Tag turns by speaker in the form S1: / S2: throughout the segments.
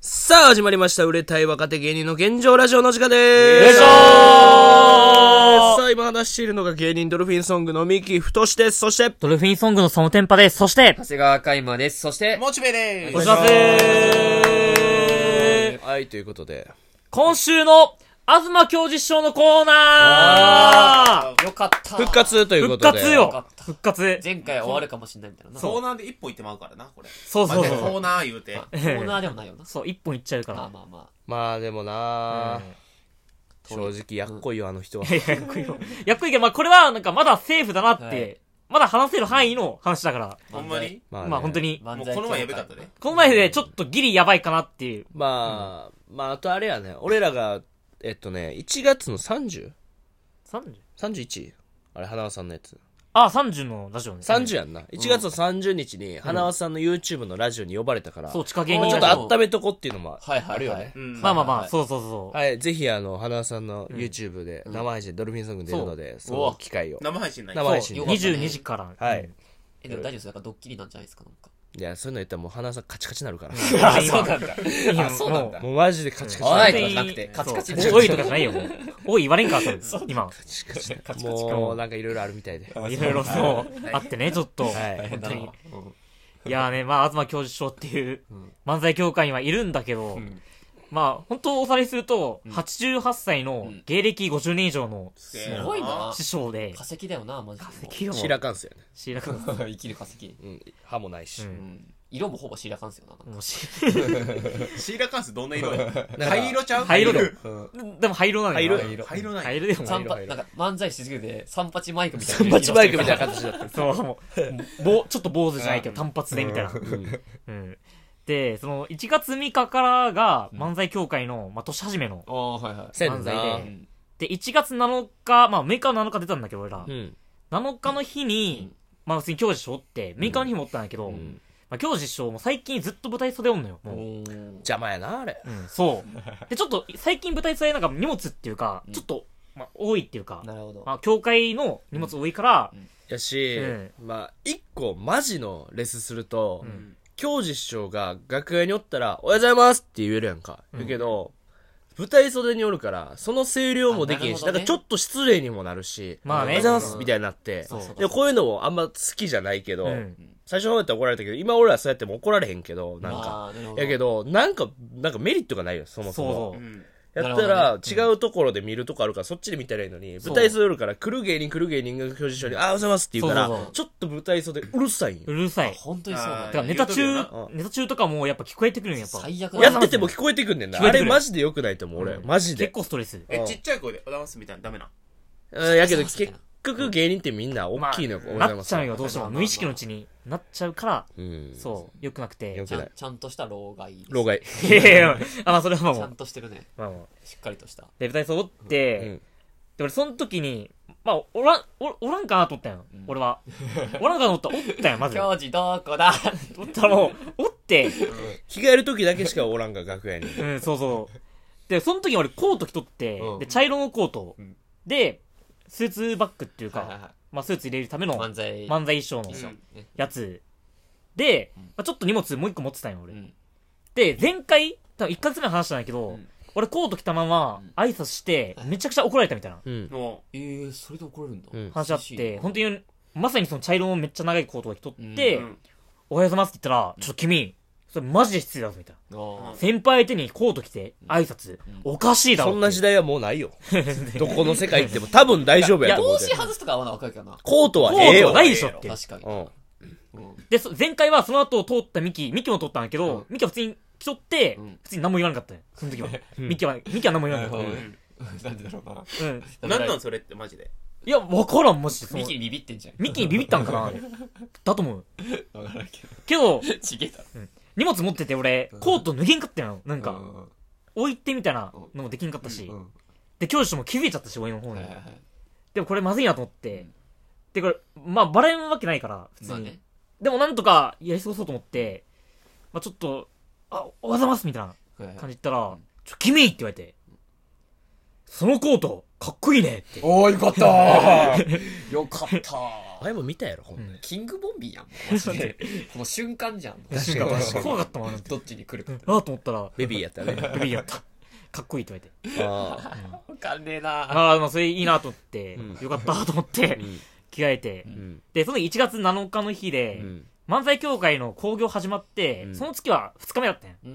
S1: さあ、始まりました。売れたい若手芸人の現状ラジオの時間で
S2: よ
S1: ー
S2: い
S1: す。
S2: しょ
S1: さ
S2: ー
S1: あ、今話しているのが芸人ドルフィンソングの三木太志です。そして、
S2: ドルフィンソングのサムテンパです。そして
S3: 長、谷川海馬です。そして、
S4: モチベで
S2: お
S4: す。
S2: 知らせ
S1: はい、ということで。
S2: 今週の、東教授賞のコーナー
S3: よかった。
S1: 復活というこ
S2: 復
S1: とで。
S2: 活よ復活
S3: 前回終わるかもしれないみたいなな。
S4: コーナーで一本行ってまうからな、これ。
S2: そうそう
S4: まあねコ
S2: そ
S4: ー
S2: う。
S4: ナー言うて。
S3: コーナーでもないよな。
S2: そう、一本いっちゃうか
S3: まあ
S2: ら。
S3: まあま
S1: まあ、でもな正直、やっこいよ、あの人は。
S2: いやいや、役員役員が、まあこれは、なんかまだセーフだなっ
S3: は
S2: て
S3: い、
S2: まだ話せる範囲の話だから。
S3: あ。
S4: ほんまに
S1: まね
S2: まあ本当。に、
S3: 漫
S4: もう
S3: 才
S4: この前やべかったね。。
S2: この前でちょっとギリやばいかなっていう。
S1: まあ、まあ、あとあれやね。俺らが、えっとね、1月の 30?31?
S2: 30?
S1: あれ、花輪さんのやつ。
S2: あ、30のラジオね。
S1: 30やんな。1月の30日に、花輪さんの YouTube のラジオに呼ばれたから。
S2: そう、地下芸人
S1: ちょっ
S2: ラジ
S1: と
S2: オ。
S1: 温めとこっていうのも
S3: はいはい。
S1: あるよね。
S4: うん
S2: まあまあま
S3: は
S2: あ、
S3: い
S2: そうそうそう。
S1: はい、ぜひあの、花輪さんの YouTube で生配信、ドルフィンソング出るので、その機会を。
S4: 生配信ない。
S1: 生配信
S3: よ
S1: で
S3: か。ったね
S2: 22時から。
S1: はい。
S3: え、でも大丈夫です。だからドッキリなんじゃないですか、なんか。
S1: いや、そういうの言ったらもう花輪さんカチカチになるから。
S2: あ、そう
S3: なんだ。
S2: だ。
S3: そうなん だ
S1: もうマジでカチカチ
S3: 合
S1: に
S3: わ
S1: なる
S3: ないとかじゃなくて、カチカチ
S2: そうおいとかじゃないよ、もう。おい言われんから、それ今。
S1: カチカチになる。もうなんかいろいろあるみたいで。
S2: いろいろそう、あってね、ちょっと。
S1: はい
S2: 本当に。
S3: うん
S2: いやーね、まあ、東教授賞っていう漫才協会にはいるんだけど、
S3: ん
S2: まあ、本当おさらいすると、88歳の芸歴50年以上の
S4: す
S3: すごいな。
S2: 師匠で、
S3: 化石だよな、マジで。
S2: キヨ
S1: 白カンスやね。
S2: シーラカンス。
S3: 生きる化石。
S1: うん、歯もないし。
S2: うん
S3: うん色もほぼシーラカンスよな。なんか
S2: もうし
S4: シーラカンスどんな色や灰色ちゃう
S2: 灰色だよ
S1: うん。
S2: でも灰色なんだよな。
S1: 灰色
S4: 灰色ない。
S2: 灰色でも
S3: 三
S2: ない。
S3: 八なんか漫才し続けて、三八マイクみたいな。
S1: 三八バイクみたいな
S3: 感
S1: 形だった。
S2: そう、もう、ぼちょっと坊主じゃないけど、単発でみたいな。うん。で、その、1月3日からが漫才協会の、まあ、年始めの
S3: じ。ああ、はいはい。
S1: せん
S2: 漫才
S1: な
S2: で。、で、1月7日、まあ、6日の7日出たんだけど、俺ら
S1: う。ん。
S2: 7日の日に、まあ、普通に教授賞おって、6日の日もおったんだけど、
S1: ん
S2: まあ、教授賞も最近ずっと舞台袖おんのよ、もう。
S1: 邪魔やな、あれ。
S2: うん、そう。で、ちょっと、最近舞台袖なんか荷物っていうか、ちょっと、まあ、多いっていうか、
S3: なるほど。
S2: まあ、教会の荷物多いから、
S1: やし
S2: うん、
S1: まあ、一個マジのレスすると
S2: うん、
S1: 教授師匠が楽屋におったら、おはようございますって言えるやんか。だけど、舞台袖におるから、その声量もできんし、
S3: あ
S1: な
S3: な
S1: か
S3: んるほどね
S1: ちょっと失礼にもなるし、
S2: まあね
S1: おはようございますみたいになって
S2: そうそう、
S1: でもこういうのもあんま好きじゃないけど
S2: う、ん。
S1: 最初の方やったら怒られたけど、今俺らそうやっても怒られへんけど、なんか。
S3: あーなるほど
S1: やけど、なんか、なんかメリットがないよ、そ
S2: そ
S1: も
S2: う
S1: そも
S2: そ。う。
S1: やったら、違うところで見るとこあるから、そっちで見たらいいのに、
S2: そう
S1: 舞台袖おるから、来る芸人来る芸人が教授所に、あーおはようございますって言うか
S2: そうそうそ
S1: ら
S2: う、
S1: ちょっと舞台袖うるさいん
S2: う
S1: よ。
S2: るさい。
S3: 本当にそうなん
S2: だ
S4: あ
S2: か
S3: だ。
S2: らネタ中
S4: 言うと
S1: るよ、
S2: ネタ中とかもやっぱ聞こえてくるんやっぱ。
S3: 最悪だな
S1: やってても聞こえてくんねんな。
S2: 聞こ
S1: あ
S2: えてく
S1: れ
S2: る
S1: マジで良くないと思う、俺。マジ
S2: 結
S1: で。
S2: 構ストレス。
S1: う
S4: え、
S1: ん
S4: ちっちゃい声で、おだますみたいな、ダメな。
S1: うんやけど、
S3: そうそうそう
S1: 結局芸人ってみんな大きいのよ、おはようござい
S2: な
S1: ま
S2: っ
S1: す
S2: ちゃうよ、どうしても。無意識のうちになっちゃうから、
S1: うん。
S2: そう、良くなくて
S1: よ。
S3: ちゃんちゃんとした老害です。
S1: 老害。
S2: いやいやいやあ、まあそれはまあ
S3: ち
S2: も
S3: ゃ。
S2: うん
S3: としてるね。
S2: まあもう。
S3: しっかりとした。
S2: で、舞台そうっ
S1: う
S2: て
S1: ん、
S2: で、俺その時に、まあ、おらん、おおらんかなと思ったんよ。俺は。おらんかなと思ったら、おったんよ、まず。
S3: 教授どこだ
S2: おったらもう、おって、
S1: 着替える時だけしかおらんが、楽屋に。
S2: うん、そうそう。で、その時に俺コート着とって
S3: う、ん
S2: で、茶色のコート
S3: ん。
S2: で、スーツバッグっていう
S3: はいはい
S2: か、
S3: は
S2: まあスーツ入れるための
S3: い。
S2: 漫
S3: 漫
S2: 才
S3: 才。
S2: 衣装の
S4: 才
S3: ね
S2: やつ。で、まあちょっと荷物もう一個持ってたんよ、
S3: う
S2: 俺。
S3: ん。
S2: で、前回、多分1ヶ月目の話したんだけど、
S3: うん
S2: 俺コート着たまま挨拶して、めちゃくちゃ怒られたみたいな
S1: うん。
S4: の、
S3: えー、それで怒れるんだ。
S1: うん
S2: 話あっ
S3: 嬉しい
S2: て、
S3: な
S2: 本当に、まさにその茶色のめっちゃ長いコートが着とって、
S3: う
S4: うん
S2: おはようございますって言ったら、ちょっと君、それマジで失礼だぞ、みたい
S3: あー
S2: な。先輩相手にコート着て、挨拶、おかしいだろ。
S1: そんな時代はもうないよ。 どこの世界行っても多分大丈夫やと思
S3: 帽
S1: うで
S3: 子。外すとかはまだわかるけどな。
S1: コートは
S2: コ
S1: ええ
S2: ート
S1: よ
S2: は。ないでしょって。
S3: 確かに。
S1: うん。
S2: で、そ前回はその後通ったミキ、ミキも通ったんだけど、ミキは普通に着とって、
S3: ん
S2: 普通に何も言わなかったよ。その時は。ミキは、ミキは何も言わなかっ
S3: なんでだろうな。
S2: た。うん。
S4: なんなんそれって、マジで。
S2: いや、わからん、マジで。その
S3: ミキにビビってんじゃん。
S2: ミキにビビったんかなあれだと思う。
S3: わからんけど。
S2: けど、
S3: ちげえだろ。
S2: 荷物持ってて俺、コート脱げんかったよ。なん
S3: う
S2: か、
S3: んうん
S2: 置いてみたいなのもできんかったし
S3: うんうん。
S2: で、教授も気づいちゃったし、俺の方
S3: は
S2: に
S3: いは。いはい
S2: でもこれまずいなと思って。で、これ、まあ、バレんわけないから、普
S3: ま
S2: 通
S3: あ
S2: に
S3: ね。。
S2: でもなんとかやり過ごそうと思って、まあちょっと、あ、おはようございますみたいな
S3: は
S2: 感
S3: いはい
S2: じ言ったら、ちょ、君って言われて、そのコート、かっこいいねって。
S3: おー、よかったーよかったー
S1: 前も見たやろ、こんな
S2: うん
S1: に。
S3: キングボンビーやん、もうマジで。 この瞬間じゃん。
S1: 確かに確かに
S2: 怖かったもん、なんて。
S3: どっちに来るかって。
S2: ああと思ったら、
S1: ベビーやった ね。
S2: ベビーやった。かっこいいと言われて。
S1: あ
S3: わかんねえな
S2: ああ、まあそれいいなと思って、
S1: うん
S2: よかったと思っ
S1: あ。
S2: て
S1: う、ん。
S2: 着替えて
S1: う。ん。
S2: で、その1月7日の日
S1: う
S2: で、
S1: ん。
S2: 漫才協会の興行始まって、
S1: うん
S2: その月は2日目だったんよ
S3: うー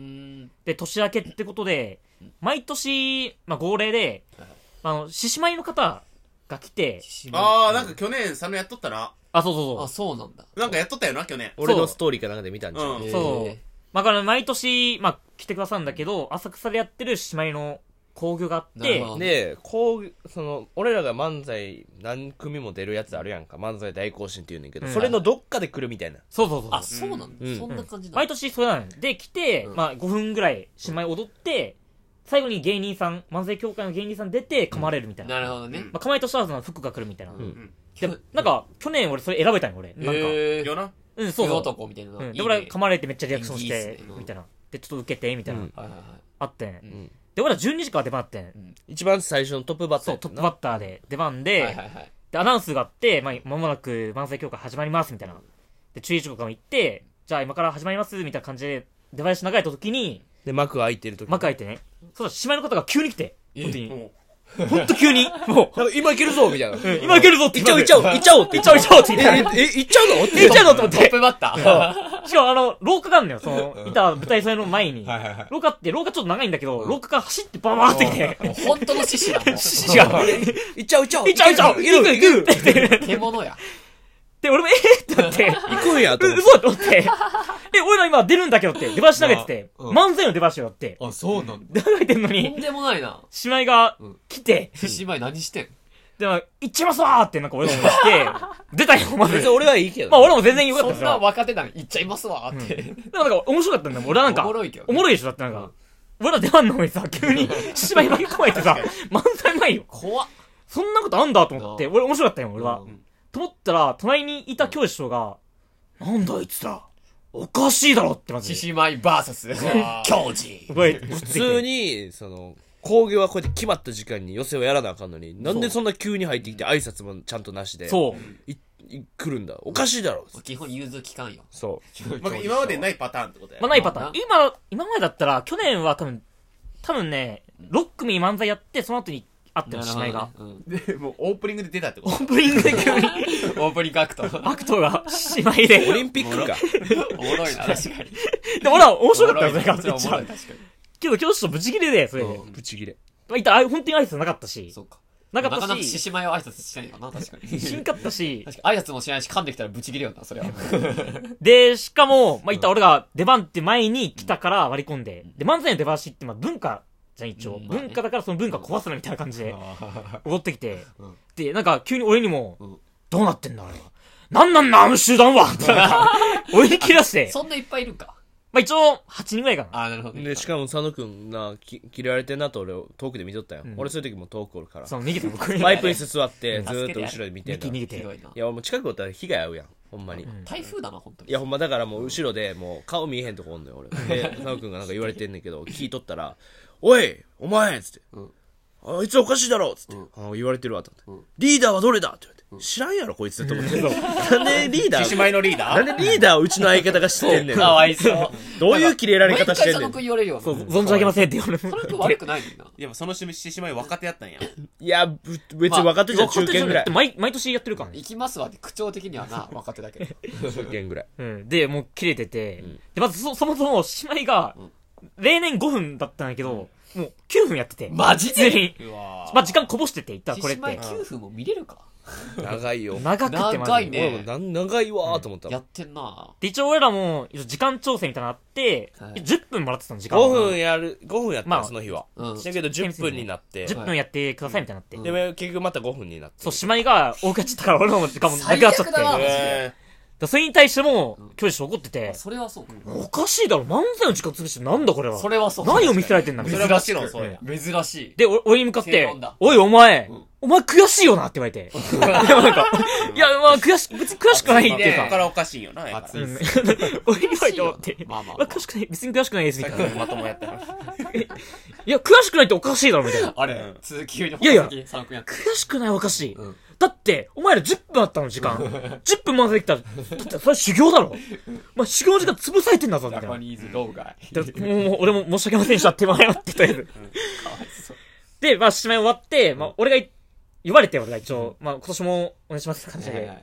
S3: ん。
S2: で、年明けってことで、毎年、まあ号令で
S3: はい、
S2: あの、獅子舞の方が来て、
S4: ああ、なんか去年、佐野やっとったな。
S2: あ、そうそうそ
S3: あ、
S2: う。
S3: そうなんだ。
S4: なんかやっとったよな、去年。
S1: 俺のストーリーかなんかで見たんじゃん。
S4: うん
S2: そう
S3: え
S2: まあ、だから毎年、まあ、来てくださるんだけど、浅草でやってる獅子舞の興行があっ
S3: なる
S2: て
S3: ほ、ど
S1: で、こう、その、俺らが漫才何組も出るやつあるやんか。漫才大行進って言うねんけど、
S2: うん
S1: それのどっかで来るみたいな。
S2: そうそうそう。
S3: ーあ、そうなん
S1: う
S3: だ。
S1: ん
S3: そんな感じ
S2: うん
S3: なんだ。
S2: 毎年それなのよで、来て、
S1: うん
S2: まあ、5分ぐらい姉妹踊って、最後に芸人さん、漫才協会の芸人さん出て、噛まれるみたいな。
S3: なるほどね。
S2: まあ、かまれとしたはずの服が来るみたいな。
S3: うん
S2: で、なんか、去年俺それ選べたんよ、俺。なんか。
S3: え
S4: よな。
S2: うん、そう
S3: そう
S2: そう。
S3: 男みたいな。
S2: う
S3: い
S2: ん、
S3: い
S2: で、
S3: ね
S2: 俺噛まれてめっちゃリアクションし
S3: いい
S2: て
S3: っすね、
S2: みたいな。で、ちょっと受けて、みたいな。
S1: うん
S3: はいはいはい。
S2: あってん。
S3: うん
S2: で、俺ら12時から出番あってん。
S1: 一番最初のトップバッター
S2: そう、
S1: やったな
S2: トップバッターで出番で、
S3: はいはいはい。
S2: で、アナウンスがあって、まあ、まもなく漫才協会始まります、みたいな。で、注意事項が行って、じゃあ今から始まります、みたいな感じで、出囃子流れた時に、
S1: で、幕開いてる時。
S2: 幕開いてね、そうしまいの方が急に来て、本当に。
S4: も
S2: ほんと急に、も
S1: なんか今いけるぞみたいな。
S2: う、うん今いけるぞって
S1: いっちゃ
S2: 言
S1: おう、いっ
S2: っ
S1: ちゃおう、いっちゃおう
S2: いっちゃおう、いっちゃおうって言ったら、
S1: え、え、いっちゃうのって
S2: え、いっちゃうのと思っ
S3: トッ
S2: て。
S3: プバッター
S2: しかもあの、廊下があるのよ、その、いた舞台祭の前に。
S4: はいは
S2: 廊下って、廊下ちょっと長いんだけど、廊下から走ってババーってきて、
S3: もう本当の獅子だもん。
S2: 獅子が、い
S1: いっちゃう、いっちゃう。
S2: っちゃう、いっちゃう、
S1: い
S2: いく、いく、いくって言って、
S3: 獣や。
S2: で、俺も、えーってなって、
S1: くんや、と思
S2: う、
S1: って。
S2: 嘘って思って。で、俺ら今出るんだけどって、出橋投げてて、
S3: うん
S2: 漫才の出橋をやって、
S4: あ、そうなんだ。
S2: 流れてんの
S3: とん
S2: に、
S3: でもないな。
S2: 姉妹が
S3: うん
S2: 来て、
S3: 獅子舞何してん
S2: で、まあ行っちゃいますわーってなんか俺らも言って、 出たよ、お前。
S1: 別に俺はいいけど。
S2: まあ俺らも全然良かった
S3: そ
S2: です
S3: んな
S2: よ。
S3: 若手なん行っちゃいますわーって。
S2: でもなんか面白かったんだよ。俺はなんか、
S3: おもろいけどね
S2: おもろいでしょ、だってなんか。俺ら出番の方にさ、急 に芝居ばっかまえてさ、漫才ないよ。
S3: 怖っ。
S2: そんなことあんだと思って、
S3: う
S2: 俺面白かったよ、俺は。
S3: うん
S2: と思ったら、隣にいた教師匠が、なんだあいつら、おかしいだろってマジ
S3: 獅
S2: で。
S3: 子舞バーサス、教授。
S2: お前普
S1: 普通に、その、工業はこうやって決まった時間に寄せをやらなあかんのに、なんでそんな急に入ってきて挨拶もちゃんとなしで、
S2: そう。
S1: いい来るんだ。おかしいだろ。
S3: 基本融通きかんよ。
S1: そ
S4: まあ今までないパターンってことや
S2: まあ、。ないパターン
S3: ま。あ
S2: 今、今までだったら、去年は多分、多分ね、6組漫才やって、その後に会ってる姉妹が。
S3: うん
S4: で、もうオープニングで出たって こ
S2: オ
S4: と
S2: ープニングで急に、
S3: オープニングアクト。
S2: アクトが姉妹
S1: う。オリ
S2: で。
S1: ンピック か。
S3: おもろいな、確かに。
S2: で、俺は面白かったよ、それが。
S3: 面
S2: めっ
S3: 白いなそ
S2: ち
S3: れはおもろい
S2: ゃ。
S3: 確か
S2: けど、教師と無事切れで、それで。
S3: に。
S1: ブチ切れ。
S2: まあ、いた、あ本当に挨拶なかったし
S3: そ。うか。
S2: な
S3: な
S2: か
S3: かな
S2: っ
S3: か
S2: た
S3: 獅
S2: し、
S3: 子舞を挨拶しないよな、確かに。
S2: しんかったし。
S3: 確か に挨拶もしないし、噛んできたらブチ切れよな、それは。
S2: で、しかも、まあ、いった俺が出番って前に来たから割り込んで。で、漫才の出番しって、まあ、文化じゃん、一応。
S3: うんまあね
S2: 文化だからその文化壊すな、みたいな感じで。踊ってきて
S3: うん。
S2: で、なんか、急に俺にも
S3: うん、
S2: どうなってんだ、あれは。なんなんだ、あの集団はってなんか、俺に切り出して。
S3: そんないっぱいいるか。
S2: まあ、一応、8人ぐらいかな。
S3: あー、なるほどね。
S1: で、しかも佐野くんな、き切られてんなと俺、遠くで見とったよ
S2: ん。
S1: 俺そういう時も遠くおるから。
S2: その、逃げた僕に。
S1: パ
S2: 逃
S1: イプ椅子座って、ずーっと後ろで見て
S2: げ
S1: んの。
S2: 逃
S1: い
S2: げ
S3: ひど
S2: て。
S3: いな。
S1: や、俺も近くおったら被害合うやん。ほんまに。
S2: ん
S3: 台風だな、本当に。
S1: いや、ほんまだからもう後ろで、もう顔見えへんとこおんのよ、俺。で、佐野くんがなんか言われてんねんけど、聞いとったら、おいお前つって
S3: うん。
S1: あいつおかしいだろっつって、あ言われてるわと思って、リーダーはどれだって言われて、知らんやろこいつって思って、なんでリーダ
S4: 獅子舞
S1: ー
S4: のリーダ
S1: な
S4: ー
S1: んでリーダーをうちの相方が知ってんねん
S3: かわいそう。
S1: どういう切れられ
S3: 毎
S1: 方
S3: 回
S1: してん
S3: そ
S1: ね
S3: の
S1: ん
S3: 子言われるよな。そ
S2: 存じ上げませんって言われる。
S3: れ子悪くないもんな。
S4: いや、その獅子舞若手やったんや。
S1: いやぶ別に若手じゃん中堅ぐらい
S2: 毎、毎年やってるからね。
S3: 行きますわって口調的には な、若手だけど。
S1: 中堅ぐらい
S2: うん。で、もう切れてて、
S1: うん
S2: で、まずそ、そもそも、姉妹が、例年5分だったんだけど、もう9分やってて。
S3: マジで
S2: 全員。
S4: うわ
S2: まあ、時間こぼしてて、いったらこれ
S3: 獅
S2: っ
S3: 子舞
S2: て。
S3: 9分も見れるか。
S1: 長いよ
S2: 長くてマジで
S3: 長いね
S1: 俺もな長いわーと思った
S3: やってんな。
S2: で、一応俺らも、一応時間調整みたいなのあって、
S3: はい
S2: 10分もらってたの、時間を
S1: 5分やる5分やった
S2: まあ
S1: のその日は
S3: うん。
S1: だけど10分になって
S2: 10分やってくださいみたいになって。
S3: うん
S1: でも結局また5分になって
S2: そう、姉妹が多くやっちゃったから俺らも時間もなくなっちゃって。
S3: 最悪だわ
S2: だからそれに対しても、教師怒ってて、
S3: それはそうか。
S2: おかしいだろ、漫才の時間潰してなんだこれは。
S3: それはそう。
S2: 何を見せられてんだみたい
S4: それ
S2: な
S4: はもちろんそうや。
S3: 珍しい。
S2: で、お俺に向かっ
S3: 正
S2: て
S3: 論だ、
S2: おいお前、
S3: うん
S2: お前悔しいよなって言われ て。いや、なんか、いや、まあ悔し、別に悔しくない
S4: い
S2: っ
S4: い
S2: てい
S4: ね
S2: う
S4: ここか
S2: か。
S4: らおかしいんよな、やっぱ
S3: 熱
S2: う
S3: い
S2: ん 俺に言われて思って。
S3: まあまあ
S2: ま
S3: まあ
S2: あ悔しくない、別に悔しくないですみたい な。い
S4: まともやったから。
S2: や、悔しくないっておかしいだろみたいな。
S3: あれ、続き急に
S2: いやいや
S3: 佐野くんやって
S2: 悔しくないおかしい。
S3: うん
S2: だって、お前ら10分あったの、時間。10分漫 才できたら、だってそれは修行だろ。まあ、修行の時間潰されてんだぞ、み
S3: ジ
S2: たい
S3: ャ
S2: な。
S3: パニーズ老害。
S2: だからもうもう、俺も申し訳ませんでしたって謝ってとりあえず。で、まあ、締め終わって、まあ、俺が、呼ばれて、俺が一応、まあ、今年もお願いしますって感じ
S3: はい
S2: で。
S3: はい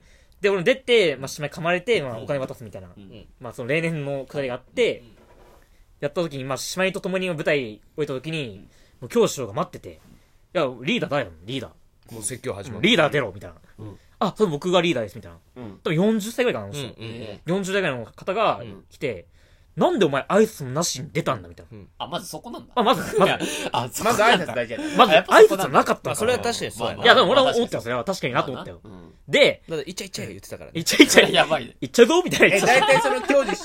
S2: で、俺も出て、まあ、締め噛まれて、まあ、お金渡すみたいな。
S3: うん
S2: まあ、その例年のくだりがあって、やった時に、まあ、姉妹と共に舞台置いた時に、もう教師匠が待ってて、いや、リーダーだよ、リーダ
S1: もう説教始ま
S2: ー。
S1: る。
S2: リーダー出ろ、みたいな。あ、それ僕がリーダーです、みたいな。
S3: うん
S2: 多分40歳ぐらいかな、あの
S1: うん
S2: 人。
S1: うんうん。
S3: ええ
S2: 40代ぐらいの方が
S1: ん
S2: 来て、なんでお前挨拶もなしに出たんだ、みたいな。
S3: あ、まずそこなんだ。
S2: まあ、まず、まず、
S3: あ、そ
S4: ま
S3: こ
S4: ず
S3: な
S4: 挨
S3: んだ
S4: 拶だけやね
S2: まず
S3: あやっ
S2: 挨
S3: ぱそこ
S2: 拶
S3: な
S2: なん
S3: だ
S2: なかっ
S1: ま
S2: たの
S1: あ、それは確かにそうや
S3: まあ
S2: いや、でも俺
S4: ま
S2: は
S4: あ
S2: 思ってますよ。確かになと思ったよ。
S3: うん
S2: で、
S1: だって、イチャイチャ言ってたからね。
S2: いっちゃいっちゃい、
S3: やばいね。
S2: いっちゃうぞみたいな言
S4: え、
S2: って
S4: 大体その教授師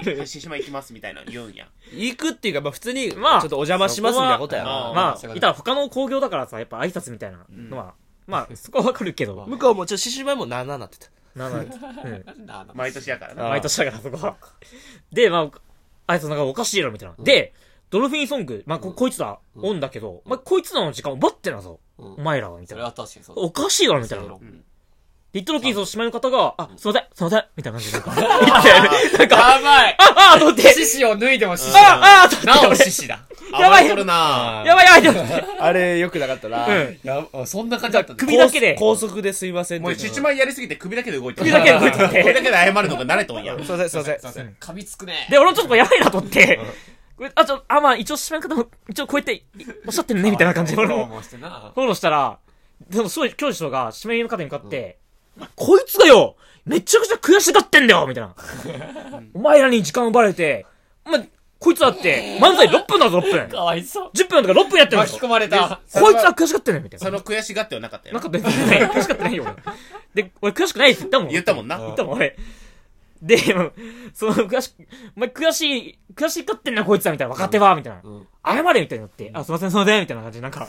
S4: 匠に、獅子島行きますみたいなの言うんや。
S1: 行くっていうか、まあ普通に、
S2: まあ
S1: ちょっとお邪魔しますみたいなことや
S4: そこは
S1: な。
S4: あー
S2: ま
S3: そ
S2: あ
S3: う、か
S2: いたら他の工業だからさ、やっぱ挨拶みたいなのは、まあ、そこはわかるけど、
S1: 向こうもちょっと獅子舞も7なってた。
S2: なな、うん。
S3: なんだあの
S4: 毎年やからな。
S2: 毎年だから、そこは。で、まあ、挨拶なんかおかしいやろ、みたいな。で、ドルフィンソング、まあ、こ、こいつだ、オンだけど、まあ、こいつらの時間奪ってなぞ。
S3: うん
S2: お前らは、みた
S3: そ
S2: い
S3: れ
S2: な。
S3: は確かにそうだ。
S2: おかしいだろ、みたいな。
S3: 正論
S2: で、言った時に、その姉妹の方が、あ、すいません、すいません、みたいな感じで、 なんか、
S3: やばい
S2: あ、あ、と思って、
S3: 獅子を脱いでも獅子だ。
S2: あ、あ、と思って
S3: なお獅子だ。
S2: やばい
S4: 暴れとるな
S2: やばいやばいと思って、
S1: あれ、良くなかったな
S2: うん。
S3: やばそんな感じだったんだ
S2: 首だけで、
S1: 高速ですいません
S4: もう獅子舞やりすぎて首だけで動いて
S2: 首
S4: る。
S2: だけで動いてる
S4: 首だけで謝るのが慣れとんや。
S1: すいません、すいません。
S4: すいません。
S3: 噛みつくね。
S2: で、俺もちょっとこれやばいなと思って、これあ、ちょ、あ、まあ、一応知らん方も、一応こうやって、いおっしゃってるね、みたいな感じで、俺
S3: ど
S2: も、
S3: うもしてな。
S2: フォローしたら、でも、すごい、教授が、指名の方に向かって、こいつがよ、めちゃくちゃ悔しがってんだよみたいな。お前らに時間奪われて、お前、こいつだって、漫才6分だぞ、6分。
S3: かわいそう。
S2: 10分だから6分やってるんだ
S3: 巻き
S2: よ。
S3: 込まれた。
S2: こいつは悔しがってんだよ、みたい
S4: そ
S2: な。
S4: の悔しがってはなかったよ
S2: な。
S4: な
S2: か
S4: ん
S2: ったよ 悔しがってないよ、俺。で、俺悔しくないって言ったもん。
S4: 言ったもんな。
S2: 言ったもん、俺。で、その、悔し、お前悔しい、悔しがってんな、こいつは、みたいな。若手は、みたいな。
S3: うん
S2: 謝れみたいになって、あ、すいません、すいません、みたいな感じで、なんか、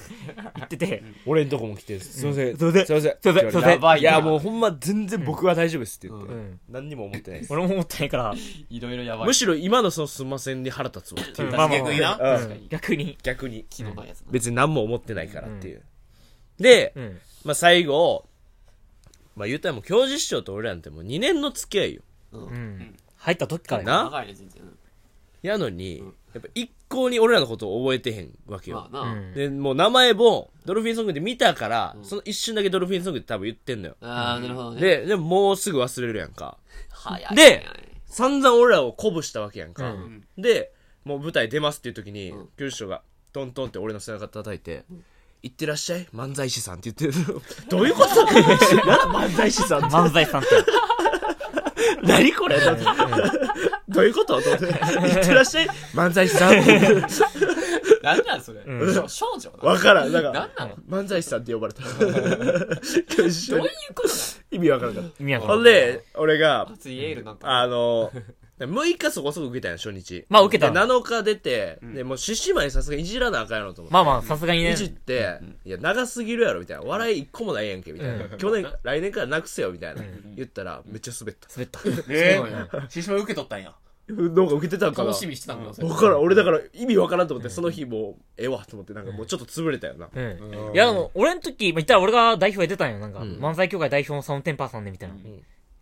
S2: 言ってて、
S1: 俺んとこも来てる。すいません。
S2: すいません
S1: すいません。
S2: すいませんすいません
S1: やばいな。いや、もう
S3: う、
S1: ほんま全然僕は大丈夫ですって言って
S2: う。ん。
S1: 何にも思ってないです。
S2: 俺も思ってないから、
S3: いろいろやばい。
S1: むしろ今のそのすいませんに腹立つわっていう。
S2: うん
S4: 逆にな
S2: う
S3: 確か
S2: ん
S3: に
S2: 逆に。
S1: 逆に。
S3: 気のないやつな。
S1: 別に何も思ってないからっていう。で、
S2: うん。
S1: まあ最後、まあ言うたらもう教授師匠と俺なんてもう2年の付き合いよ。
S2: うん。入った時からよ
S1: な
S3: 長いね、全然。
S1: やのに、やっぱ一向に俺らのことを覚えてへんわけよ。
S3: まあ
S2: う
S3: な。
S2: ん。
S1: で、もう名前も、ドルフィンソングで見たから、その一瞬だけドルフィンソングって多分言ってんのよ。
S3: ああ、なるほどね。
S1: で、でももうすぐ忘れるやんか。
S3: 早いね。
S1: で散々俺らを鼓舞したわけやんか。
S2: うん
S1: で、もう舞台出ますっていう時に
S3: うん、
S1: 教授長が、トントンって俺の背中叩いて、行ってらっしゃい、漫才師さんって言ってる。どういうこと なんだ漫才師さんって。
S2: 漫才さんって。
S1: 何これどういうことと思って行ってらっしゃい、漫才師さんって言って。
S3: なんなんそれ
S2: うん
S3: 少少女な の
S1: わからん。なん
S3: なん
S1: か、
S3: なのど
S1: 漫才師さんって呼ばれた。教授長
S3: ういう
S1: に
S3: ことな
S1: 意味わからんかった。
S2: 宮
S1: ほん
S2: 古。
S1: で、俺が
S3: の、別にエールなんか。
S1: あの、6日そこそこ受けたんよ、初日。
S2: まあ受けた
S1: で、7日出て、で、もう獅子舞さすがにいじらなあかんやろと思って。
S2: まあまあ、さすがにね
S1: い。じって、いや、長すぎるやろ、みたいな。笑い一個もないやんけ、みたいな。去年、来年からなくせよ、みたいな。言ったら、めっちゃ滑った。
S2: 滑った。
S4: え
S3: そうなん
S4: 獅子舞受け取ったんや。
S1: なんか受けてたんかな
S3: 楽しみにしてたんだ、それ
S1: わからん。俺だから意味わからんと思って、その日もう、ええわ、と思って、なんかもうちょっと潰れたよな。
S2: うん。いや、でも、俺の時、まあ、言ったら俺が代表やってたんよ。なんか、
S1: ん
S2: 漫才協会代表のサウンテンパーさんで、みたいな。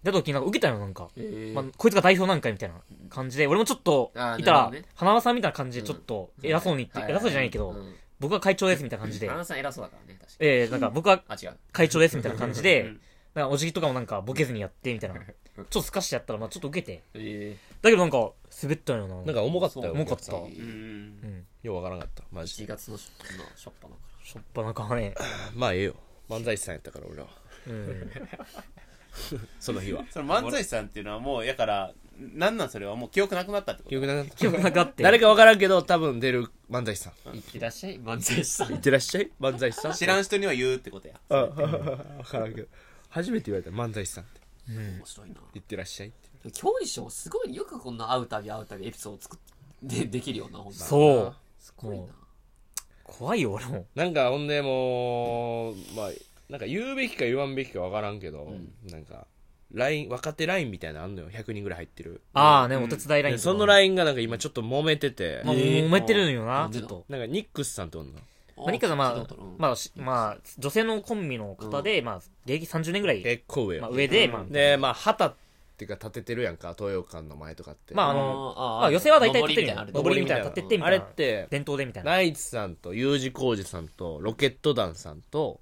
S2: 出た時、なんか受けたよ、なんか。
S3: え
S2: まあ、こいつが代表なんかみたいな感じで、俺もちょっと
S3: あ、ー
S2: いた
S3: なる
S2: ら
S3: ほどね、
S2: 花輪さんみたいな感じで、ちょっと、偉そうに言って、偉そうじゃないけど、僕が会長ですみたいな感じで、
S3: ナさん偉そうだからね、確かに。
S2: えー、なんか僕は
S3: あ、違う。
S2: 会長ですみたいな感じ
S4: う
S2: で
S4: ん、
S2: なんかお辞儀とかもなんかボケずにやって、みたいな。ちょっとすかしてやったら、まあちょっと受けて。
S3: え
S2: だけどなんか、滑ったよな。
S1: なんか重かったよ。
S2: 重かった。
S1: よ
S3: え。
S4: うん。
S1: うわからんかった。マジ
S3: 1
S1: で。
S3: 月のしょっぱな、しょっぱなか
S2: しょっぱなかね。
S1: まあええよ。漫才師さんやったから、俺は。
S2: うん。
S1: その日 は。
S4: その漫才師さんっていうのはもう、やから、なんなんそれはもう記憶なくなったってこと
S1: 記憶なかった。
S2: 記憶なくなって。
S1: 誰かわからんけど、多分出る漫才師さん。
S3: ら。いってらっしゃい、漫才師さん。
S1: いってらっしゃい、漫才師さん。
S4: 知ら
S1: ん。
S4: ん人には言うってことや。
S1: あ、わからんけど。初めて言われた漫才師さんって。
S3: 面白いな。
S1: いってらっしゃいって。
S3: 教授賞すごいよくこんな会うたび会うたびエピソード作って、できるよな、ほんと
S2: そう。
S3: すごいな。
S2: 怖いよ、俺も。
S1: なんか、ほんでもう、まあ、なんか言うべきか言わんべきかわからんけど、なんか、ライン、若手ラインみたいなのあんのよ。100人ぐらい入ってる。
S2: ああね、お手伝いライン
S1: で
S2: とか。
S1: そのラインがなんか今ちょっと揉めてて、
S2: まあ、
S3: えー
S2: 揉めてるのよな、
S3: ん
S2: ちょっと。
S1: なんかニックスさんっておんの
S3: あ
S2: まあ、ニカがま
S3: 聞いた
S2: あ
S3: ことる、
S2: まあ、しまあ、女性のコンビの方で、まあ、芸歴30年ぐらい、
S1: 結構上よ、
S2: まあ、上で、まあ、
S1: でまあ旗っていうか立ててるやんか東洋館の前とかって
S2: まあ、あの、まあ、寄せは大体立てるよ。登りみたいなの立ててみ
S1: あ
S2: た
S1: れ
S2: い
S1: っ
S2: な。
S1: て
S2: 伝統でみたいな。
S1: ナイツさんと U 字工事さんとロケット団さんと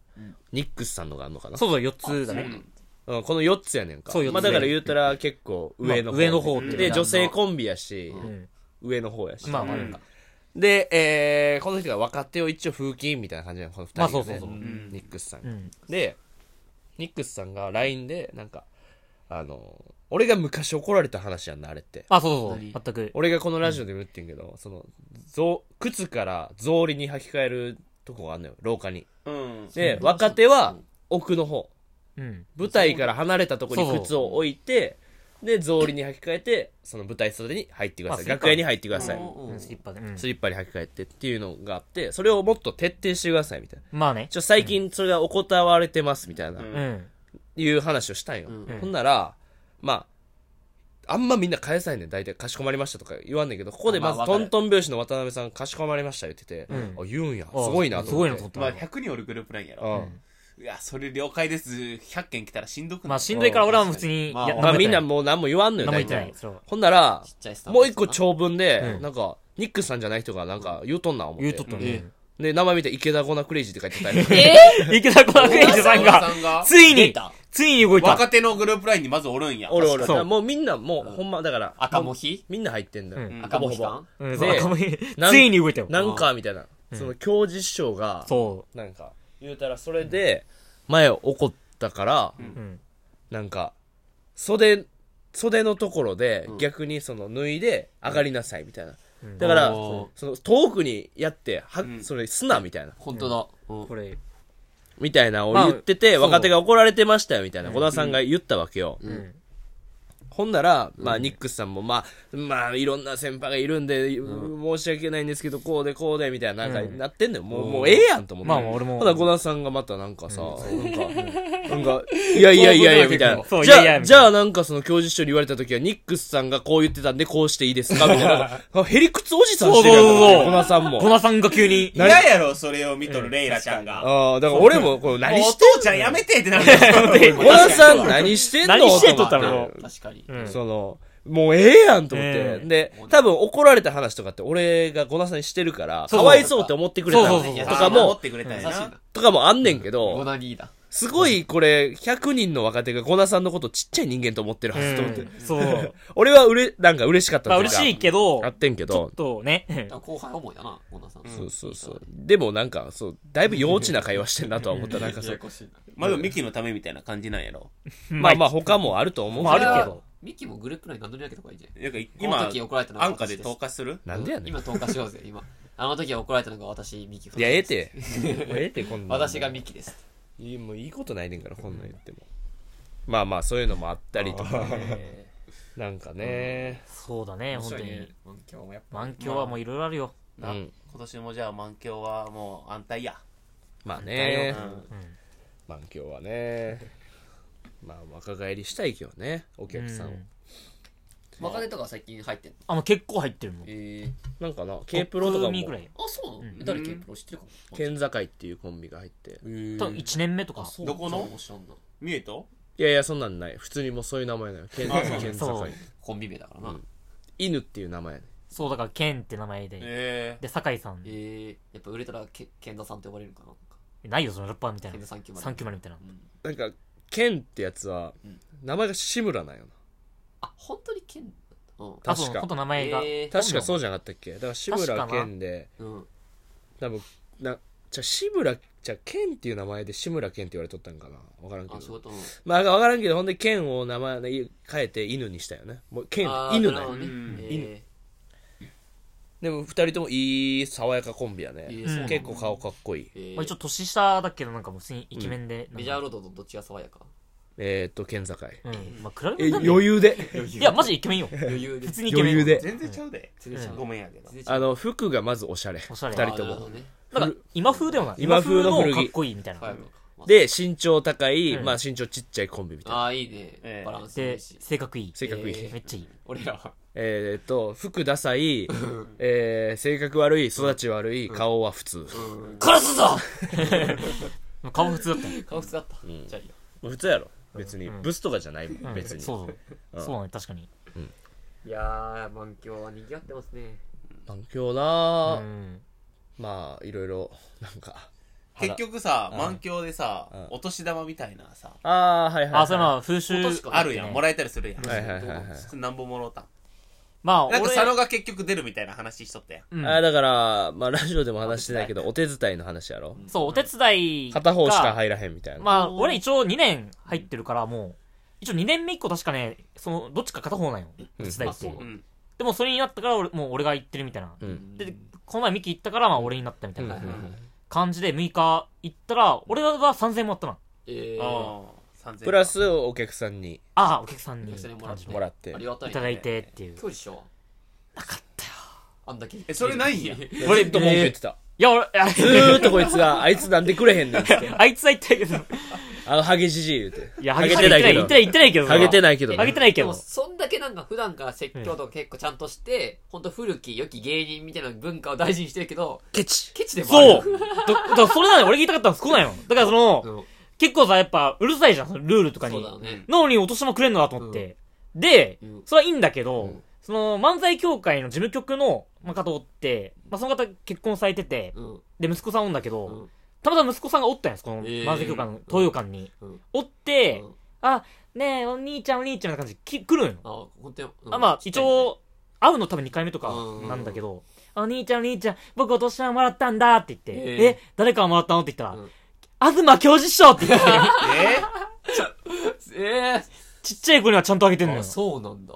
S1: ニックスさんのがあるのかな
S2: そうそう、4つだね。
S1: うん、この4つやねんか。
S2: そう四つ
S1: まあだから言うたら結構上の方。
S2: まあ上の方っていうか
S1: で、女性コンビやし、
S2: ん
S1: 上の方やし。
S2: まあまあ、なんか。
S1: で、えー、この人が若手を一応風紀委員みたいな感じなの、この2人、ね。
S2: まあそうそうそう
S4: うん
S1: ニックスさん,、
S2: うん。
S1: で、ニックスさんが LINE で、なんか、あの、俺が昔怒られた話やんな、あれって。
S2: あ、そうそうそう。
S3: 何
S2: 全く。
S1: 俺がこのラジオでも言ってんけど、その、ぞ靴から草履に履き替えるとこがあんのよ、廊下に。
S4: うん
S1: で、若手は奥の方。
S2: うん。
S1: 舞台から離れたとこ
S2: そう
S1: に
S2: そう
S1: 靴を置いて、で、草履に履き替えて、その舞台袖に入ってください。
S2: まあ
S1: 楽屋に入ってください。
S2: うんスリッパで。うん
S1: スリッパに履き替えてっていうのがあって、それをもっと徹底してくださいみたいな。
S2: まあね
S1: ち。ょ、最近それが怠われてますみたいな、
S4: うん
S2: うん。
S1: いう話をしたんよ。
S3: うん
S1: ほんなら、まあ、あんまみんな返さないねん。大体、かしこまりましたとか言わんねんけど、ここでまず
S3: まあわ
S1: ト
S3: かる
S1: ントン拍子の渡辺さん、かしこまりました言ってて、
S2: うん
S1: あ、言うんや。すごいな
S2: す
S1: と
S2: ご
S1: 思
S2: い
S1: っ
S2: な
S1: て。
S2: と思った
S4: ま
S2: な
S4: あ。100人おるグループなんや
S1: う
S4: ろ
S1: ん。
S4: いやそれ了解です100件来たらしんどくなる
S2: まあ、しんどいから俺は普通に、
S4: まあ
S2: や
S1: まあみんな
S2: 何も
S1: もう何も言わんのよ、
S2: 言
S1: 大
S2: ってない
S1: 体。。
S2: そう。
S1: ほんなら
S3: ちっ、ちゃいスタンプ
S1: もう一個長文で
S2: う、ん
S1: なんか、ニックさんじゃない人がなんか言うとんな思って。
S2: 言うとったね
S4: え。
S1: で、名前見て池田ゴナクレイジーって書い てたよ。
S2: え 池田小学園児さん
S4: 小田さん
S2: が
S4: が、
S2: つい
S3: 出
S2: に
S3: た、
S2: ついに動いた。
S4: 若手のグループラインにまずおるんや
S1: おるおる。だ
S2: そ
S1: か
S2: う
S1: らもうみんなもう、ほんま、だから、
S3: 赤
S1: も
S3: も
S1: う
S3: ひ
S1: みんな入ってんだよ。
S2: うん
S3: 赤もひ
S1: ほぼ
S3: か
S1: ほぼ
S3: ん
S2: うん、そう
S1: で
S2: 赤もいい
S1: なん
S2: ついに動いたよ。
S1: なんか、みたいな。その、教授師匠が、
S2: そ
S1: なんか、言うたらそれで、前怒ったから、
S2: う。うん。
S1: なんか、袖、袖のところで
S3: ん
S1: 逆にその脱いで上がりなさいみたいな。
S2: ん
S1: だから、
S3: おー
S1: その遠くにやって、は
S4: ん
S1: それすなみたいな。
S3: 本当だ。うん
S2: これ、
S1: みたいなを
S2: まあ
S1: 言ってて、
S2: そう
S1: 若手が怒られてましたよみたいな、小田さんが言ったわけよ。
S2: ん
S1: ほんなら、まあ、ニックスさんも、まあ、まあ、いろんな先輩がいるんで、申し訳ないんですけど、こうでこうで、みたいな、なん
S2: う
S1: か、
S2: ん
S1: なってんのよ。もう、もうええやんと思って。
S2: まあまあ俺も
S1: ほな、小田さんがまたなんかさ、 なんか、なんか、いやいやいやいや、みたいな。
S2: そう
S1: じ
S2: いやい
S1: ゃ
S2: や
S1: あ、
S2: み
S1: じ
S2: たいな
S1: ゃあなんかその教授師匠に言われた時は、ニックスさんがこう言ってたんで、こうしていいですかみたいな。あヘリクツおじさんしてるやん
S2: そうそうそう
S1: 小田さん
S2: 小
S1: も。
S2: 田さんが急に、
S4: 嫌やろそれを見とるレイラちゃんが
S1: ああ、だから俺も、こう、何
S4: もうお
S1: し、
S4: 父ちゃんやめてってなるやん
S1: 小田さん何してんの
S2: 何してんとっ
S1: と
S2: たの
S1: 思って
S3: 確かに。
S2: うん
S1: その、もうええやんと思って。
S2: ええ
S1: で、多分怒られた話とかって俺がゴナさんにしてるから、か
S2: そうそう
S1: わいそうって思ってくれた
S2: そうそうそう
S1: と
S2: そう
S1: か
S4: 持
S1: も
S4: っ、てくれたん
S3: 優しい
S4: やな
S3: な。
S1: とかもあんねんけ
S3: ゴ
S1: ど、
S3: ナニーだ。
S1: すごいこれ、100人の若手がゴナさんのことちっちゃい人間と思ってるは
S2: う
S1: ずと思って。
S2: んそう。
S1: 俺はうれ、なんか嬉しかった
S2: まあ
S1: という
S2: 嬉
S1: か
S2: しいけど
S1: あ、ってんけ
S2: ちょ
S1: ど
S2: っ、とね、
S3: 後輩思いだな、ゴナさん。
S1: そうそうそう。でもなんか、そう、だいぶ幼稚な会話してんなとは思った。なんかそ
S3: やや
S1: う。
S3: こしいな。
S4: まあでもミキのためみたいな感じなんやろ
S1: まあまあ他もあると思う
S2: まああるけど
S1: ど。
S3: ミキもグループ内何度に分けた方がいいんじゃん。
S4: なんか
S3: この
S4: 今
S3: 時怒られたのは
S4: 安価で投下する
S1: なんでやねん。い
S3: 今投下しようぜ、今。あの時は怒られたのが私、ミキ。
S1: や、ええ て。もうええて、こんなん
S3: 私がミキです。
S1: いいもういいことないねんからこんなん言ってもまあまあそういうのもあったりとかなんかね
S2: そうだね、本当に。
S4: 今日もやっぱ
S2: 満響はもういろいろあるよ。
S1: う
S4: な今
S1: ん
S4: 年もじゃあ満響はもう安泰や
S1: まあね
S4: うん
S1: 満響はねまあ若返りしたいけどねお客さんを
S2: うん
S3: 若手とか最近入ってんの
S2: あ、もう結構入ってるもん。
S3: ええ。
S1: なんかな K プロとかも
S2: 6ぐらい。
S3: あ、そうなの誰ケンプロ知ってるかも。
S1: 県境っていうコンビが入って
S2: 多分1年目とか。
S3: そう
S4: どこの
S3: 知らんな
S4: 見えと
S1: いやいやそんなんない普通にもうそういう名前なの県県境
S2: そう
S3: コンビ名だからな。
S1: 犬っていう名前やね
S2: そう、だから、ケンって名前で。
S4: え
S2: で、酒井さん。
S3: ええ。やっぱ売れたらケケンダさんって呼ばれるのかななんか
S2: ないよ、そのラッパーみたい
S3: ケン
S2: な。
S3: ダさん級まで
S2: サンキューマリみたいな。
S1: なんか県ってやつは名前が志村なんよな
S3: あ、本当にケンうん。
S2: あ、そう、
S1: 確か
S2: ほんと名前が。。
S3: えー
S1: 確かそううじゃなかったっけだから志村
S2: 確かな
S1: 県で
S3: うん。
S1: 多分なじゃあ志村じゃあ健っていう名前で志村健って言われとったんかな分からんけ
S3: あ、仕
S1: ど
S3: 事うん。
S1: まあ分からんけどほんで健を名前変えて犬にしたよねもう健
S3: あー
S1: 犬
S3: な
S1: だ
S3: るほ
S1: よ
S3: ど
S4: う
S3: ね
S4: ん
S3: え
S1: でも二人ともいい爽やかコンビやね
S3: ええそうなの
S1: 結構顔かっこいい
S3: ええ
S2: まあ一応年下だけど、なんかもう普通にイケメンで。
S3: メジャーロードとどっちが爽やか
S1: えーっと健境
S2: うん。まあ、比べ
S1: え
S2: 物になる
S1: 余裕で
S2: いや、マジイケメンよ。
S3: 余裕で
S2: 普通にイケメン。
S1: 余裕。
S4: ー、
S1: で
S4: 全然ちゃうで、
S3: 全然ちゃう
S4: ごめんやけど
S1: あの服がまずおしゃれ
S2: おしゃれ
S1: 二人と
S3: あなるほ
S1: も
S3: どね
S2: なんか、今風でもない。
S1: 今風の古着
S2: かっこいいみたいな。
S3: 爽やかまます。
S1: で、身長高い、
S2: うん
S1: まあ身長ちっちゃいコンビみたいな。
S3: ああ、いいね。
S1: ええ
S3: バランスい
S2: で、
S3: いし。
S2: 性格いい。
S1: 性格いい。
S3: え
S2: めっちゃいい。
S3: 俺らは。
S1: えー、っと、服ダサい、えー、性格悪い、育ち悪い、顔は普通。
S3: 殺すぞ
S2: もう顔普通だったね。
S3: 顔普通だった。じゃあいいよ。
S1: 普通やろ。別に。
S2: ん
S1: ブスとかじゃないも
S2: うん
S1: ん、別に。
S2: そうそう。そうね、確かに。
S3: いやー、満響は賑わってますね。
S1: 環境なぁ、
S2: うん。
S1: まあ、いろいろ、なんか。
S4: 結局さ、
S1: うん
S4: 満響でさ
S1: うん、
S4: お年玉みたいなさ、
S1: ああ、はいはい、はい。
S2: あ、それまあ、風習。
S3: 確かに
S4: あるやん。もらえたりするやん。
S1: はいはいはいはい
S4: なんぼもろうたん。
S2: まあ、
S4: なんか
S2: 俺、
S4: 佐野が結局出るみたいな話しとったやん。
S2: うん
S1: あーだから、まあ、ラジオでも話してないけど、お手伝いの話やろ。
S2: そう、お手伝いが。
S1: 片方しか入らへんみたいな。
S2: まあ、俺一応2年入ってるから、もう、一応2年目以降確かね、その、どっちか片方なんよ。お手伝い
S3: あ
S2: っ
S3: そ
S2: て
S3: う。
S4: うん。
S2: でもそれになったから、俺もう俺が行ってるみたいな。
S1: うん。
S2: で、この前ミキ行ったから、まあ俺になったみたい
S1: うん
S2: な
S1: うん
S2: 感じで、6日行ったら、俺は3000円もらったな。
S3: えー、
S4: ああ、3000
S1: プラス、お客さんに
S2: ああ、お客さんに。
S3: お客さんにもらって
S1: もらって
S3: あり。がたい、ね。
S2: いただいてっていう。
S3: 今日でしょ
S2: なかったよ。
S3: あんだけ。
S4: え、それないんや。
S1: 俺、ずっと文句言ってた。
S2: いや、俺、あ
S1: ずーっとこいつが、あいつなんでくれへんねんって。
S2: あいつは言ってないけど。
S1: あの、ハゲじじい言うて。
S2: いや、
S1: ハ
S2: ハ
S1: ゲ
S2: ゲ
S1: てな
S2: てないい
S1: け
S2: け
S1: ど
S2: ど。言ってない、言ってないけど。
S1: ハゲてないけど
S2: ハゲて ないけど
S3: でもそんだけなんか普段から説教とか結構ちゃんとして、ほんと古き良き芸人みたいな文化を大事にしてるけど、
S1: ケチ。
S3: ケチでもある
S2: そうだだからそれなのよ俺が言いたかったのそこなんよ。だからその、
S3: うん
S2: 結構さ、やっぱ、うるさいじゃん、そのルールとか
S3: そ
S2: に
S3: う。だよね。
S2: なのにお年もくれんのだと思って。で
S3: うん、
S2: それはいいんだけ
S3: う
S2: ど
S3: ん、
S2: その漫才協会の事務局のまあ方おって、まあその方結婚されてて、
S3: うん。
S2: で、息子さんおんだけ
S3: う
S2: ど
S3: ん、
S2: たまたま息子さんがおったんです、この
S3: えー
S2: 漫才協会の東洋館に
S3: うん。
S2: おって
S3: うん、
S2: あ、ねえ、お兄ちゃんお兄ちゃんみたいな感じでき来るんよ。
S3: あ、ほんとに
S2: あ、まあ、一、応、会うの多分2回目とか
S3: うん
S2: なんだけど、あお兄ちゃんお兄ちゃん、僕お年玉もらったんだって言って、
S3: えー
S2: え、誰からもらったのって言った
S3: う
S2: ら東
S3: ん、
S2: 教授賞って言って、
S4: え
S3: ええ
S2: ちっちゃい子にはちゃんとあげてんの
S3: ー、
S2: よ
S3: あ、。そうなんだ。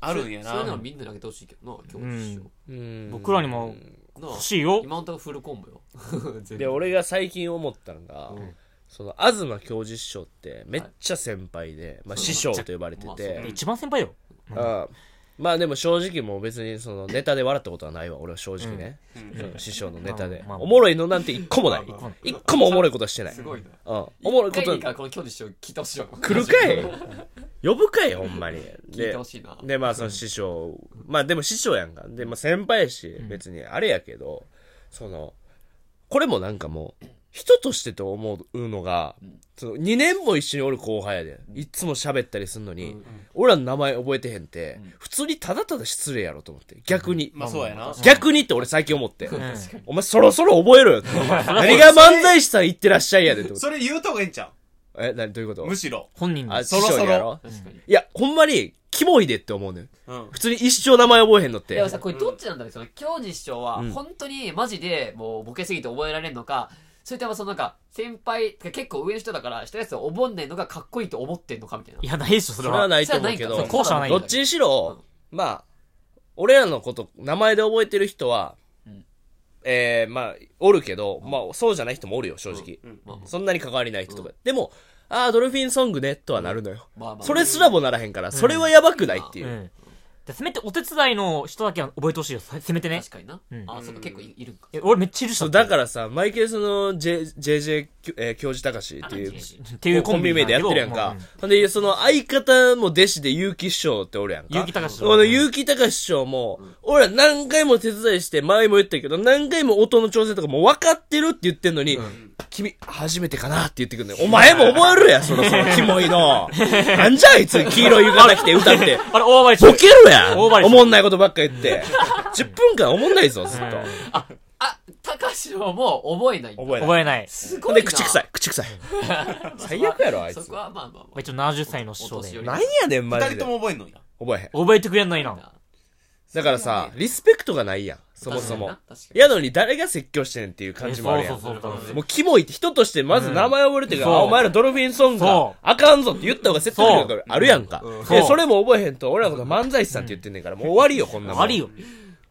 S4: あるんやな。
S3: そういうのはみんなにあげてほしいけどな、今日一緒。
S1: うん
S2: 僕らにも
S3: なあ
S2: 欲しいよ。
S3: 今のところフルコンボよ。全部
S1: で、俺が最近思ったのが、
S3: うん
S1: その東教授師匠ってめっちゃ先輩で、まあ、師匠と呼ばれて
S3: まあそう
S1: て
S3: ね、
S2: 一番先輩よ。
S1: うんまあでも正直もう別にそのネタで笑ったことはないわ俺は正直ね、その師匠のネタで、
S2: まあまあ
S1: おもろいのなんて一個もない
S2: まあまあ
S1: 一個もおもろいことしてない、
S3: す
S1: うん、
S3: ごいな。
S1: お
S3: お
S1: も
S3: も
S1: ろい
S3: ろ
S1: こ
S3: いことといいからこの今日一緒聞いてほしいよ。
S1: 来るか い呼ぶかいほんまに
S3: 聞い
S1: で
S3: てほしいな。
S1: でまあその師匠まあでも師匠やんかで、まあ、先輩やし別にあれやけど、そのこれもなんかもう人としてと思うのが、その2年も一緒におる後輩やでいつも喋ったりすんのに、俺らの名前覚えてへんって、普通にただただ失礼やろと思って逆に、
S4: まあそうやな。
S1: 逆にって俺最近思って、
S2: うん
S1: お前そろそろ覚えろよって何が漫才師さん言ってらっしゃいやでって思って
S4: それ言うとこええんちゃ
S1: え何どういうこ
S4: う
S1: と
S4: むしろ。
S2: 本人
S1: あ
S2: です。
S1: 師匠にやろいやほんまにキモいでって思うねん
S4: うん。
S1: 普通に一生名前覚えへんのって
S3: でもさ、これどっちなんだろうその、京二師匠は
S1: うん、
S3: 本当にマジでもうボケすぎて覚えられんのか、それともそのなんか、先輩、てか結構上の人だから、下のやつを覚んないのがかっこいいと思ってんのかみたいな。
S2: いや、ないでしょ、
S1: そ
S2: それ
S1: れは
S2: は。
S1: ないと思うけ
S2: そ
S1: ど
S2: れはないか後者はない
S1: どっちにしろ、まあ俺らのこと名前で覚えてる人は、
S3: ん
S1: ええまあおるけど、まあそうじゃない人もおるよ正直、
S4: ん
S3: まあま
S1: そんなに関わりない人とか、でもああドルフィンソングねとはなるのよ、
S3: まあまあ
S1: それすらもならへんから、それはやばくないっていうう、
S2: ん。でせめてお手伝いの人だけは覚えてほしいよ、せせめてね
S3: 確。かにな
S2: う。ん
S3: あ、そっか、結構いいるんか。
S2: え俺めっちゃいるし
S1: そうだからさ毎回その J- JJ きょえー教授隆っていう
S2: っていう
S1: コ
S2: コ
S1: ン
S2: ン
S1: ビ
S2: ビ
S1: 名で
S2: 名で
S1: や
S2: や
S1: っ
S2: ってて
S1: る
S2: る
S1: や
S2: や
S1: ん
S2: ん
S1: か
S2: か。
S1: ほんで、その相方も弟子で結城師匠っておるやんか。
S2: 結城隆
S1: この結城隆師匠も、俺ら何回も手伝いして、前も言ったけど、何回も音の調整とかもう分かってるって言ってんのに、君、初めてかなって言ってくるのよ。お前も覚えるや、そろそろ、キモいの。なんじゃあいつ、黄色い浴衣着て歌って。
S2: あれ、大暴れ
S1: ボケろや
S2: 大暴れ
S1: おもんないことばっか言って。10分間おもんないぞ、ずっと。
S3: あ、高志郎も覚えないんだ。
S1: 覚えない。
S2: 覚えない。
S3: す
S1: ほ
S3: ご
S1: んで、
S3: いな。
S1: 口臭い、口臭い。最悪やろ、あい
S3: そ
S1: つ
S3: こ。はまあまあまあ。
S2: 一応70歳の師匠
S3: お年寄
S2: で
S3: り。
S1: なんやねん、マ
S4: 二
S1: ジ
S4: 人
S1: で
S4: と。も覚えんのや。
S1: 覚えへん。
S2: 覚えてくれんのにな。
S1: だからさ、リスペクトがないやん、そもそも。
S3: 確かにな。
S1: やのに誰が説教してんねんっていう感じもあるやん。
S2: そうそうそうそう
S1: もうキモいって人としてまず名前覚えるっていうか、
S2: うん
S1: あ
S2: そう
S1: お前らドルフィンソング
S2: そ
S1: が
S2: う
S1: あかんぞって言った方が説得力があるやんか。
S2: ん
S1: で
S2: そう
S1: それも覚えへんと、俺らのこと漫才師さんって言ってんねんから、もう終わりよ、こんなもん。
S2: 悪いよ。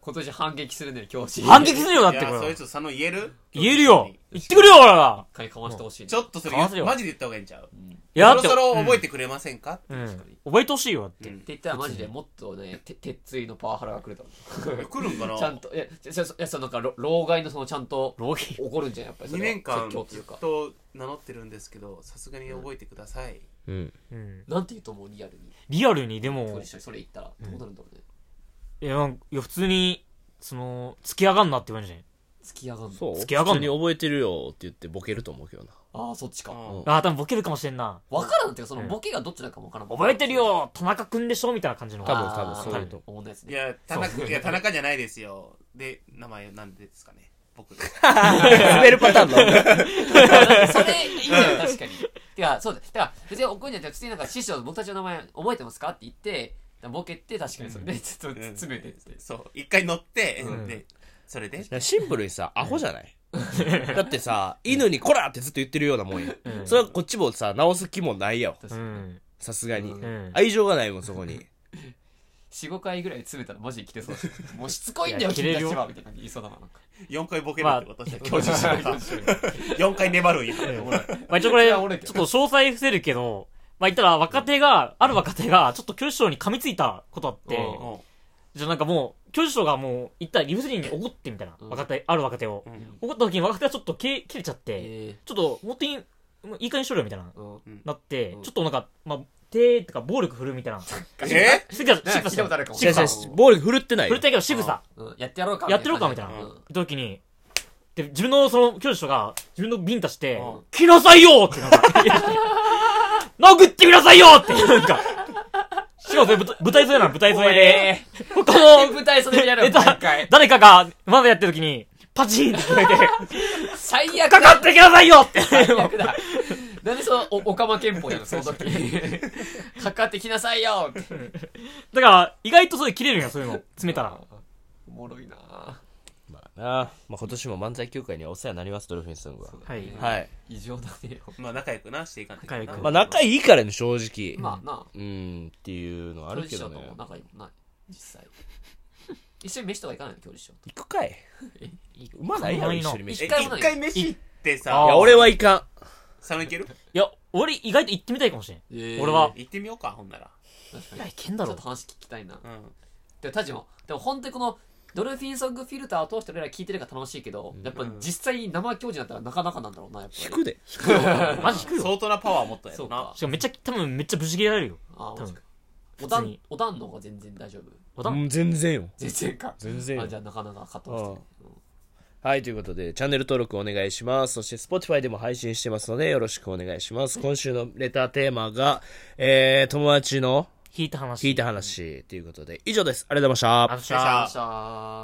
S3: 今年反撃するね、教師。
S2: 反撃するよ、だっ
S4: い
S2: てこ
S4: やそれ
S2: れ
S4: ち。ょっと佐野言える
S2: 言えるよ。言ってくれよ、俺ら。
S3: 一回かましてほしいね。
S4: ちょっとそれ
S2: 買わせるよ
S4: マジで言った方がいいんちゃう
S2: いや、だっ
S4: そ
S2: て
S4: ろそ、ろ覚えてくれませんか、
S2: うん
S3: 確かに。
S2: 覚えてほしいよ、だって。
S4: うん
S3: って言ったらマジでもっとね、て鉄槌のパワハラが来ると思
S4: 来るんかな
S3: う。ちゃんと、いや、そいやそのなんか、ろ老害のそのちゃんと
S2: 浪費。
S3: 怒るんじゃん、やっぱりそ
S4: 2
S3: れは。
S4: 年間
S3: 説教と
S4: ず
S3: い
S4: っ
S3: うか。
S4: と名乗ってるんですけどさすがに覚えてください、
S1: うん。
S2: うん。
S3: なんて言うと思う、リアルに。
S2: リアルに、で
S3: 当
S2: も
S3: 事、者にそれ言ったら、どうなるんだろうね。
S2: いや、なんかいや普通に、その、付き上がんなって言われるんじ
S3: 突き上がんの
S1: そう。
S2: 付き上がんの
S1: 普通に覚えてるよって言ってボケると思う けどな。
S3: ああ、そっちか。
S4: うん
S1: うん
S2: ゃないあー、多分ボケるかもしれんな。
S3: わからんっていうか、その
S2: うん
S3: ボケがどっちだかもわからん。
S2: 覚えてる。よ田中くんでしょみたいな感じの。
S1: 多分多分
S3: あー
S1: そう
S2: なると。
S3: 思んないです
S4: い
S3: ね。
S4: や田中いや田中じゃないですよで名前なんでですかね 僕
S1: 滑るパターンだ。
S3: それ、いいんだよ、確かに。てか、そうだ。だから、別に怒るんじゃなくて、普通になんか師匠、僕たちの名前覚えてますかって言って、ボケって確かにそれね、ちょっと詰めてって。
S4: そう一回乗って、
S2: うん
S4: でそれで
S1: シンプルにさ、アホじゃないだってさ、犬にコラってずっと言ってるようなもんや。それはこっちもさ、直す気もないやわ
S3: 確
S2: う
S3: かに
S2: ん。
S1: さすがに
S3: う。
S2: うん。
S1: 愛情がないもん、そこに。
S3: 四五回ぐらい詰めたらマジで来てそうだし。もうしつこいんだ
S2: い
S3: よ、
S2: や
S3: 君たち
S2: 切れる
S3: は、みたいな言いそうだな。なんか
S4: 4回ボケるってことじゃ教授
S3: いや
S4: 4回粘るんや
S2: まあ一応これ、
S3: い
S2: ち
S3: や
S2: ょ
S3: 俺
S2: っと詳細伏せるけど、まあ言ったら若手が、ある若手が、ちょっと教師長に噛みついたことあって、
S3: うん
S4: うん
S2: じゃあなんかもう、教師長がもう、言ったら理不尽に怒ってみたいな、
S3: うん
S2: 若手、ある若手を
S4: う。ん
S2: 怒った時に若手がちょっと切れ切れちゃって、
S3: え
S2: ちょっと、もっといい、もういい加減にしろよみたいな、
S3: ーうん
S2: なって、
S3: うん
S2: ちょっとなんか、まあ、手とか暴力振るみたいな。
S4: え
S2: してきた、
S3: なん
S2: して
S3: か聞い
S2: き
S3: たこと
S2: た。
S3: あるかも
S1: 違う違う
S3: う、ん
S1: ボール振るってない
S2: 振
S1: よ。
S2: るったけど仕草。
S3: うんやってやろうか。
S2: やってるかみたいな。
S3: う
S2: 言っ
S3: ん
S2: た時に、で、自分のその教師長が、自分のビンタして
S4: うん、
S2: 来なさいよってなん か、殴ってくださいよってなんか、しかもそれ舞舞台添えなの、舞台添えで、こ
S3: えー
S2: の、
S3: 舞台袖でやる
S2: ネ
S3: よ、毎
S2: タ
S3: 回、。
S2: 誰かが、まだやってる時に、パチンって決め て、
S3: 最悪
S2: か
S3: だ
S2: かってきなさいよって。
S3: 最悪だ。なんでその、お、オカマ憲法や の、その時。かかってきなさいよって。
S2: だから、意外とそれ切れるんや、そういうの。詰めたら。
S3: おもろいな
S1: まあなあまあ今年も漫才協会にはお世話になります、ドルフィンスンは。
S2: はい
S1: はい。
S3: 異常だね。
S4: まあ仲良くなしていかんといけないな
S2: 仲良く
S1: まあ仲いいからね、正直。
S3: まあな
S1: うん、っていうのは
S3: あ、
S1: あ
S3: 教
S1: る
S3: 授
S1: けど
S3: 賞と
S1: ね
S3: も。仲いいもんない。実際。一緒に飯とか行かないの、教授賞。
S1: 行くかい馬ないやろ、一緒に飯。
S4: え
S1: い
S3: 一回もない
S4: 一回飯行って
S2: あ
S1: や、
S4: さ
S2: ー
S1: 俺は行か
S4: 佐野いける
S2: いや、俺意外と行ってみたいかもしれん。
S3: えー
S2: 俺は、
S4: 行ってみようかほんなら
S3: 確か
S2: い
S3: に
S2: や、いけんだ
S3: ちょ
S2: ろ
S3: っと。話聞きたいな。
S4: うん
S3: でもタジもでも本当にこのドルフィンソングフィルターを通して俺ら聞いてるから楽しいけど、やっぱ実際に生教授になったらなかなかなんだろうなやっぱり
S1: 引くで。
S2: マジ低いよ。
S4: 相当なパワー持ったや
S3: そ
S4: ろ
S3: う
S4: な
S3: か
S2: しかもめっちゃ、多分めっちゃぶち切れられるよ。
S3: あー
S2: 多
S3: マジ
S2: 分
S3: か。おた
S2: 普通
S3: ん
S2: に
S3: おたんの方が全然大丈夫
S2: おた
S1: うんん、全然よ。
S3: 全然か
S1: 全然
S3: あ
S1: よ
S3: じゃあなかなか勝ってましたね
S1: はい、ということで、チャンネル登録お願いします。そして、Spotify でも配信してますので、よろしくお願いします。今週のレターテーマが、えー、友達の
S2: 引いた話。
S1: 聞いた話ということで、以上です。ありがとうございました。
S2: あの
S4: よっしゃ
S2: さ
S3: あ、